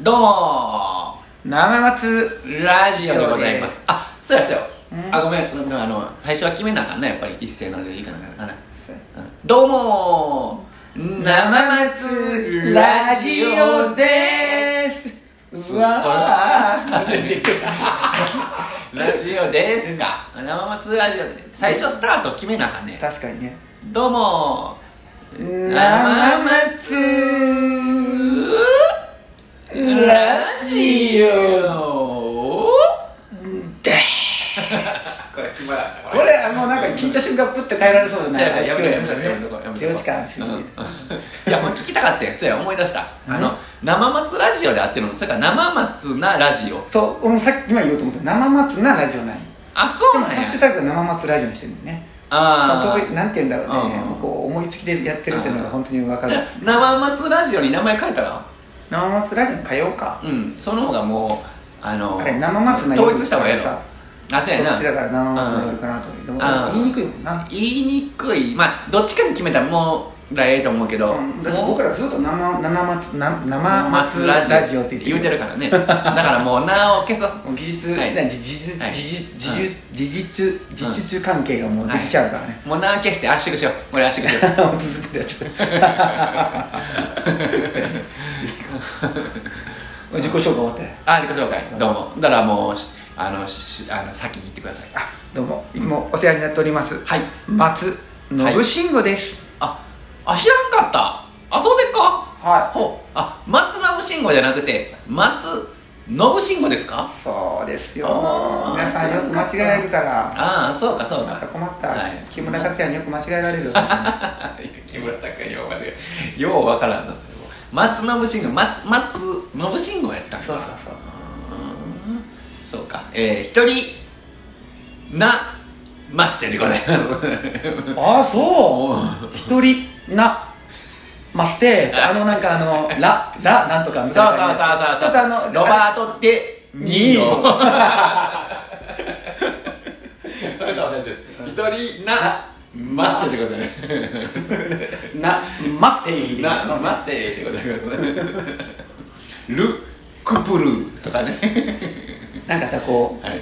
どうも生松ーラジオでございますあそうやそうやんあごめんでもあの最初は決めなあかんなやっぱり一斉のでいいかなかなかなそううんどうもー生松ラジオですうわ ーあれラジオですか生松ラジオで最初スタート決めなあかんね確かにねどうもー生松ラジオこれ決まらんこれあもうなんか聞いた瞬間プッて耐えられそうだなじゃあやめとこうやめとこうやめとこうやめとこう手打ち感すぎうるんいやもう聞きたかったやつや思い出したあの生松ラジオで合ってるのそれから生松なラジオそう俺もさっき今言おうと思った生松なラジオないあそうなんハやッシュタグ生松ラジオにしてるんだよねあ遠いなんて言うんだろうねうんもうこう思いつきでやってるっていうのが本当に分かるー生松ラジオに名前変えたら生松ラジオに通うかうんその方がもうあのあれ生松な統一した方がええのさあそうやこっちだなから生松の夜かなと思ってでもあー言いにくいもんな言いにくいまあどっちかに決めたらもうらええと思うけど、うんだって僕らずっと生生松な生松ラジオって言う言っててるるからねだからもう名を消そうもう技術、はいな事実、はい事実、事うん実、事実、事実関係がもうできちゃうからね。もう名を消して圧縮しよう俺圧縮しよう 落ち着いて るやつ。自己紹介終わってない。あ自己紹介どうもだからもうしあのしあの先に言ってくださいあ、どうも、いつもお世話になっております。はい松信慎吾です。ああ知らんかったあそうでっかはほうあ松信慎吾じゃなくて松信慎吾ですかい。そうですよあー。皆さんよく間違えるから。ああそうかそうまかた困った、はい木村達也によく間違えられる 木村拓哉よう間違えようわからんな松信慎吾松松信慎吾やったんかそうそうそうそうかえー、一人なマステでございますああそう一人なましてってあのなんかあの「ラ」「ラ」なんとかみたいなねそうそうそうそうちょっとあのロバートってニーノそれと同じです一人なマステでございます なマステイでなマステでございますルクプルとかねなんかさこうはい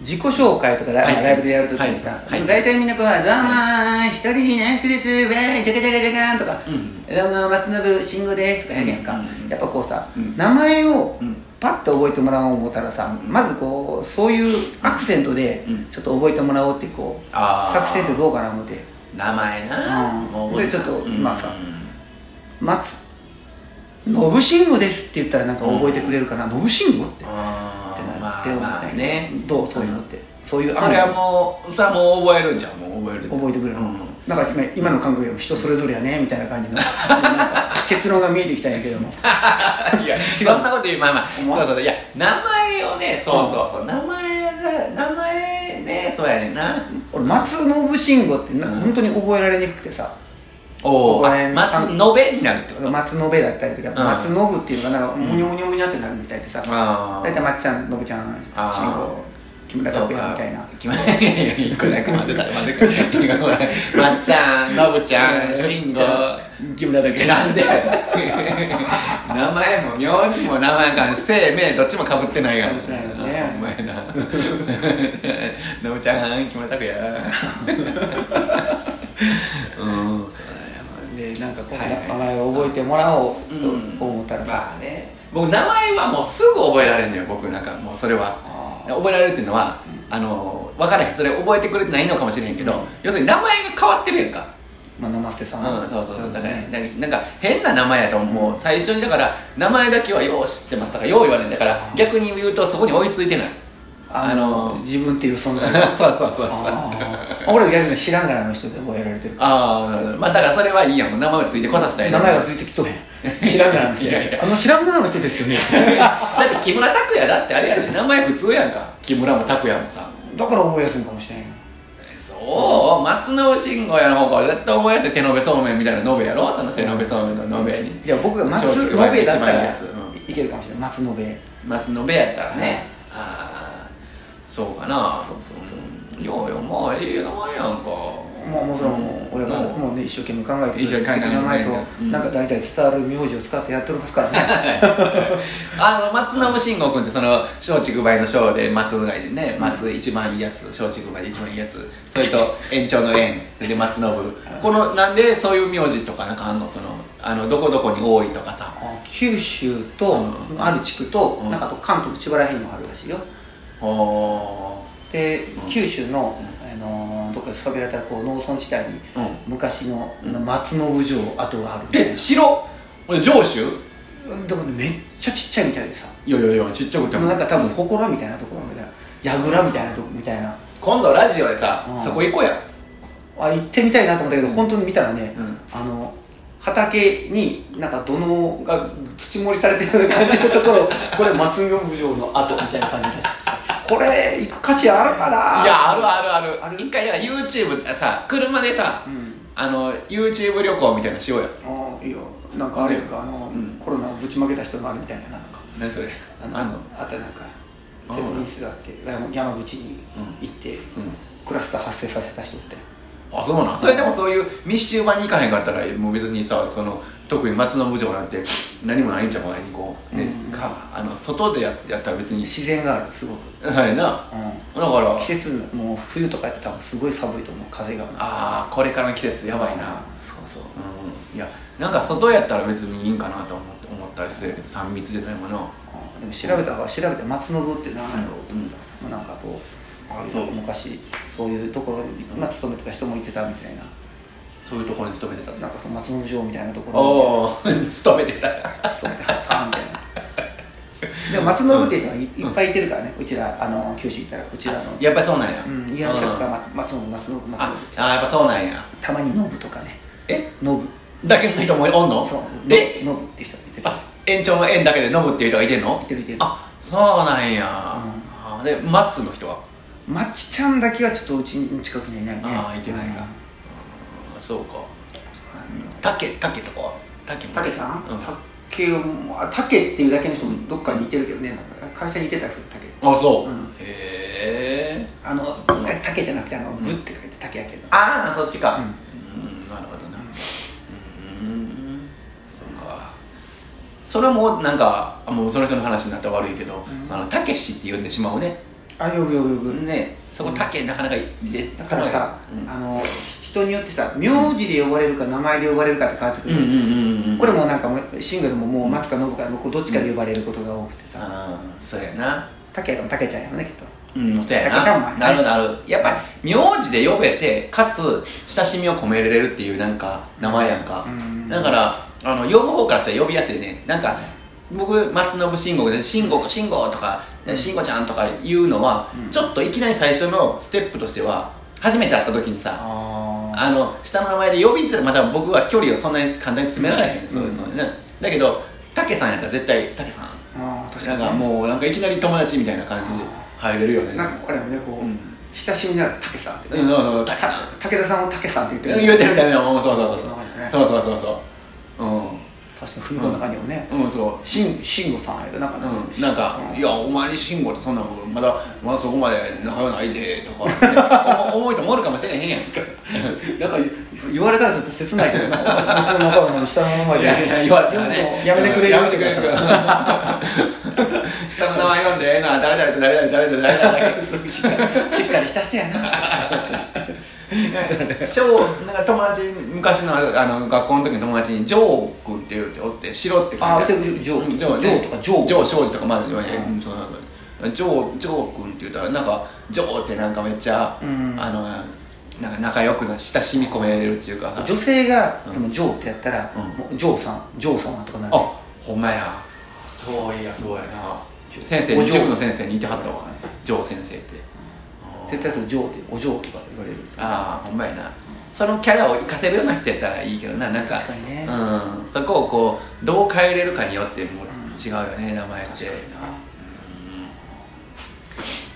自己紹介とかラ,、はいライブでやるときにさ、はいはい大体みんなこう「どうもー一人ナイスですわージャカジャカジャカーン」とかう「どうも松信慎吾です」とかやるやんか、うんやっぱこうさ、うん名前をうんパッと覚えてもらおう思ったらさ、まずこうそういうアクセントでうんちょっと覚えてもらおうってこう、あー作戦ってどうかな思って名前なうんも覚えたでちょっとうんまあさ「松信慎吾です」って言ったらなんか覚えてくれるかな「信慎吾」って。あってーなまっあて思ったんまやあけどねどうそういうのって、そういうそれはもうそれはもう覚えるんじゃんもう覚える覚えてくれるうの、ん なんか今今の感覚よりも人それぞれやねみたいな感じのなんか結論が見えてきたんやけどもいや違うそんなこと言うまあまあほんまそうそうそういや名前をねそうそうそう名前が名前ねそうやねんな俺松信慎吾ってな、うん本当に覚えられにくくてさおおここら辺松延べになるってこと松延だったりとか、ん松信っていうのがなんかむにょむにょむにょってなるみたいでさあ大体まっちゃん信ちゃんあー慎吾木村拓哉みたいな決まいやいやいくらか混ぜたら混ぜたらまっちゃんのぶち ゃんしんご木村拓哉選んで名前も名字も名前から姓名どっちもかぶってないから被ってないよねお前 なのぶちゃん木村拓哉 うんでなんかこう、はいはい名前を覚えてもらおううとん思ったらさ、まあね僕名前はもうすぐ覚えられるのよ僕なんかもうそれはあー覚えられるっていうのは、あの分からへんそれ覚えてくれてないのかもしれへんけど、うん要するに名前が変わってるやんかまあ、生瀬さん、うん、そうそうそうだからねなんかなんか変な名前やと思う、最初にだから名前だけはよう知ってますとかよう言われるだから逆に言うとそこに追いついてないあの 自分っていう存在そうそうそうそうあー俺逆に知らんがらの人で覚えられてるああまあだからそれはいいやん名前をついてこさせたい名前がつついいてきとへん知らんがらの人いやいやあの知らんがらの人です よねて だって木村拓哉だってあれやで名前普通やんか木村も拓哉もさだから覚えやすいんかもしれんよそう松信慎吾やの方から絶対覚えやすい手延べそうめんみたいな延べやろその手延べそうめんの延べにじゃあ僕が松松延べだったいいらやいつうんけるかもしれない松延べ松延べやったらねああそうかなそうそうそうようよまあええ名前やんかもうもちろんもう俺はもうもうね一生懸命考えて一生懸命考えて名前とうんなんか大体伝わる名字を使ってやっておりますか らね あの松信慎吾君ってその松竹梅の松で松がね松一番いいやつ松竹梅で一番いいやつそれと延長の円で松信このなんでそういう名字とかなんかあんのそのあのどこどこに多いとかさあ九州とうんある地区とうんなんかあと関東千葉らへんにもあるらしいよおでうん九州のあのーどっかでそびれたこう農村地帯にうん昔の松信城跡があるんえで城これ上州でもねめっちゃちっちゃいみたいでさいやいやいやちっちゃくてでももなんか多分祠みたいなところみたいな櫓みたいなとこみたいな今度ラジオでさ、うんそこ行こうやあ行ってみたいなと思ったけど本当に見たらね、うんあの畑になんか土のうが土盛りされてる感じのところこれ松の部城の跡みたいな感じでこれ行く価値あるかないいやあるあるああるる一回だから YouTube あさ車でさ、うんあの YouTube 旅行みたいなのしようやああいいよなんかあれやんかあの、うんコロナをぶちまけた人もあるみたいななんか何それあのあんのあったなんかあゼロニースがあって山口に行って、うんクラスター発生させた人ってあそうなんそれでもそういう密集場に行かへんかったらもう別にさその特に松の部長なんて何もないんちゃうかなこう、でうんかあの外でややったら別に自然があるすごく、はいなうだからん、季節もう冬とかやって多分すごい寒いと思う風がああこれからの季節やばいなそうそううんいやなんか外やったら別にいいんかなと思って思ったりするけど3密じゃないものあでも調べたら調べて松信って何やろうと思ったら、なんかそうあそう昔そういうところに、まあ、勤めてた人もいてたみたいなそういうところに勤めてたんなだんかその松信城みたいなところおお 勤めてたに勤めてはったみたいな でも松信っていう人がいいっぱいいてるからねうちらあの九州行ったらうちらの、やっぱりそうなんやうん、家の近くがうん松松信松信松あ信あやっぱそうなんやたまに信とかねえ信だけの人もおんのそうえ信って人がいてたあ延長の円だけで飲むっていう人がいてんのいてるいてるあそうなんや、あで松の人は、まちちゃんだけはちょっとうちの近くにはいないねああいけないか、うんそうか竹竹とかは竹もたけさんうんたけもあたけっていうだけの人もどっかにいてるけどねなんか会社にいてたりするたけあそう、うんへえあのんたけじゃなくてあのんグって書いてたけやけどああそっちかううん、なるほどなうんそうかそれもなんかあもうその人の話になったら悪いけどうんあのたけしって呼んでしまうねあ呼ぶ呼ぶ呼ぶねそこたけなかなかいでだからさうんあの人によってさ名字で呼ばれるか名前で呼ばれるかって変わってくうんうんるうんうんこれもなんかもうシングルももう松か信かもうこうどっちかで呼ばれることが多くてさああそうやなたけやもたけちゃんやもねきっとうんそうやたけちゃんもなねなるなるやっぱ名字で呼べてかつ親しみを込めれるっていうなんか名前やんかうんだからあの呼ぶ方からしたら呼びやすいねなんか僕松信慎吾で「慎吾慎吾」とか「うん慎吾ちゃん」とか言うのは、うんちょっといきなり最初のステップとしては初めて会った時にさ、ああの下の名前で呼びづらいまた僕は距離をそんなに簡単に詰められへん、うんそうですよね、うだけど武さんやったら絶対武さんあ確なかんにかねもうなんかいきなり友達みたいな感じで入れるよねなんかあれもねこう、うん親しみのあるたけさんってね、うんうんうんたたけさん武田さんをたけさんって言ってる言ってるみたいなもんそうそうそうねそうそうそうそうそう確かに踏み込んだ感じもね、うんうんそしん慎吾さんやでなんかうね、うん、なんか、うんいや、お前に慎吾ってそんなんまだ、まだそこまで仲良くないでとか、 思いともおるかもしれへんやんか。 なんか言われたらちょっと切ないけどその仲間の下の名前いでやいや言われたらもねうやめてくれやめて くれ下の名前読んでええな誰々と誰々誰々誰々だしっかり しっかりした人やなけ小なんか友達昔のあの学校の時の友達にジョー君って言うておって白って書いてあってでもジョーうんジョージョーとかジョージョー庄司とかまあ、うん、そううんそうそうジョージョー君って言ったらなんかジョーってなんかめっちゃ、うんあのなんか仲良くな親しみ込めれるっていうかさ女性が、うんでもジョーってやったら、うんもうジョーさんジョー様とかなるあほんまやそういやそうやな先生おに嬢塾の先生にいてはったわ城先生ってあー絶対そうジョーってお嬢とか言われるああほんまやなそのキャラを生かせるような人やったらいいけどななんか確かにねうん、そこをこうどう変えれるかによってもう違うよね、名前って確かになうん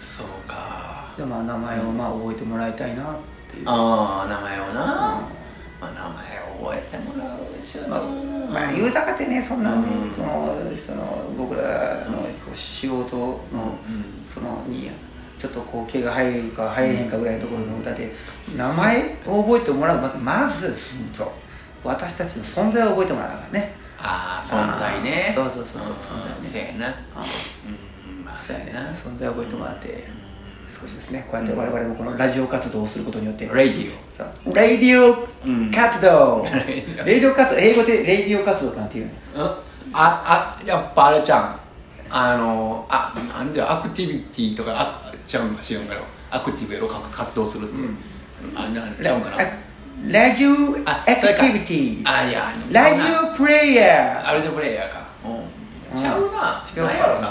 そうかでもまあ名前をまあ覚えてもらいたいなっていうああ名前をな、うまあ、名前を覚えてもらうでしょうなまあ、まあ言うたかてねそんなね、うんそのその僕らのこう仕事の、うんそのにちょっとこう毛が生えるか生えへんかぐらいのところの歌で名前を覚えてもらうまずまずそう私たちの存在を覚えてもらわなあかんねああ存在ねそうそうそうそううん存在ねせやなあうんまあそうやねせやな存在を覚えてもらって少しですねこうやって我々もこのラジオ活動をすることによってレイディそうレイディオうん 活動、レイディオレイディオ活動英語でレイディオ活動なんていうのオんああやっぱあれちゃんあのあなんじゃアクティビティとかあちゃうんか知らんからアクティブやろか活動するって、あなんかちゃうんかなラジオアあクティビティあいやラジオプレイヤーアルジョプレイヤーかううんんちゃうな違う何やろな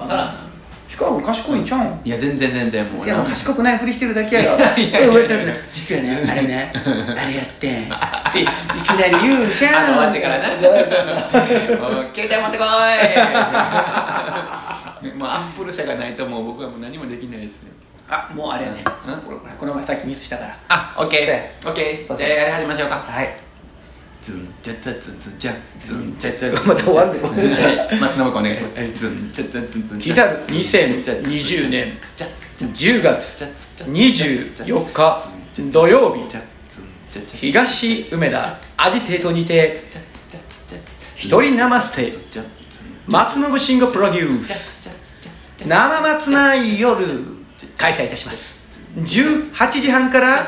わからんなしかも賢いんちゃうんいや全然全然もういやもう賢くないふりしてるだけやろこいやいやいやれ終わった後に実はねあれ ねあれやってんっていきなり言うんちあの終ゃわうって からなもう 携帯持ってこい もうアップル社がないともう僕はもう何もできないですねあもうあれやね俺これこの前さっきミスしたからあオッケせーオッケそーうそじうゃあやり始めましょうかはいズンチャチャツンツンチャズンチャチャまた終わるよはい松信君お願いしますズンチャチャツンツンチャ来たる2020年チャツチャ10月ツ24日土曜日チャズンチャチャ東梅田アディテートにてチャツチャツチャツ一人生ステイチャツン松信慎吾プロデューチャスツチャツチャツチャ生松ない夜開催いたします18時半から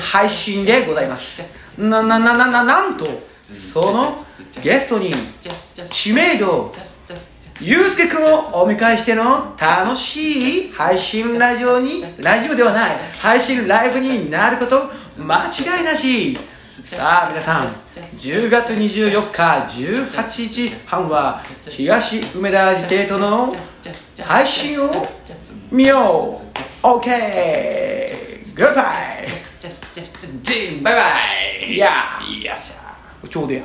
配信でございますななななななんとそのゲストに知名度ゆうすけくんをお迎えしての楽しい配信ラジオにラジオではない配信ライブになること間違いなしさあ皆さん10月24日18時半は東梅田アジテートの配信を見よう OK! グッバイジンバイバイいやいらっしゃいちょうどや。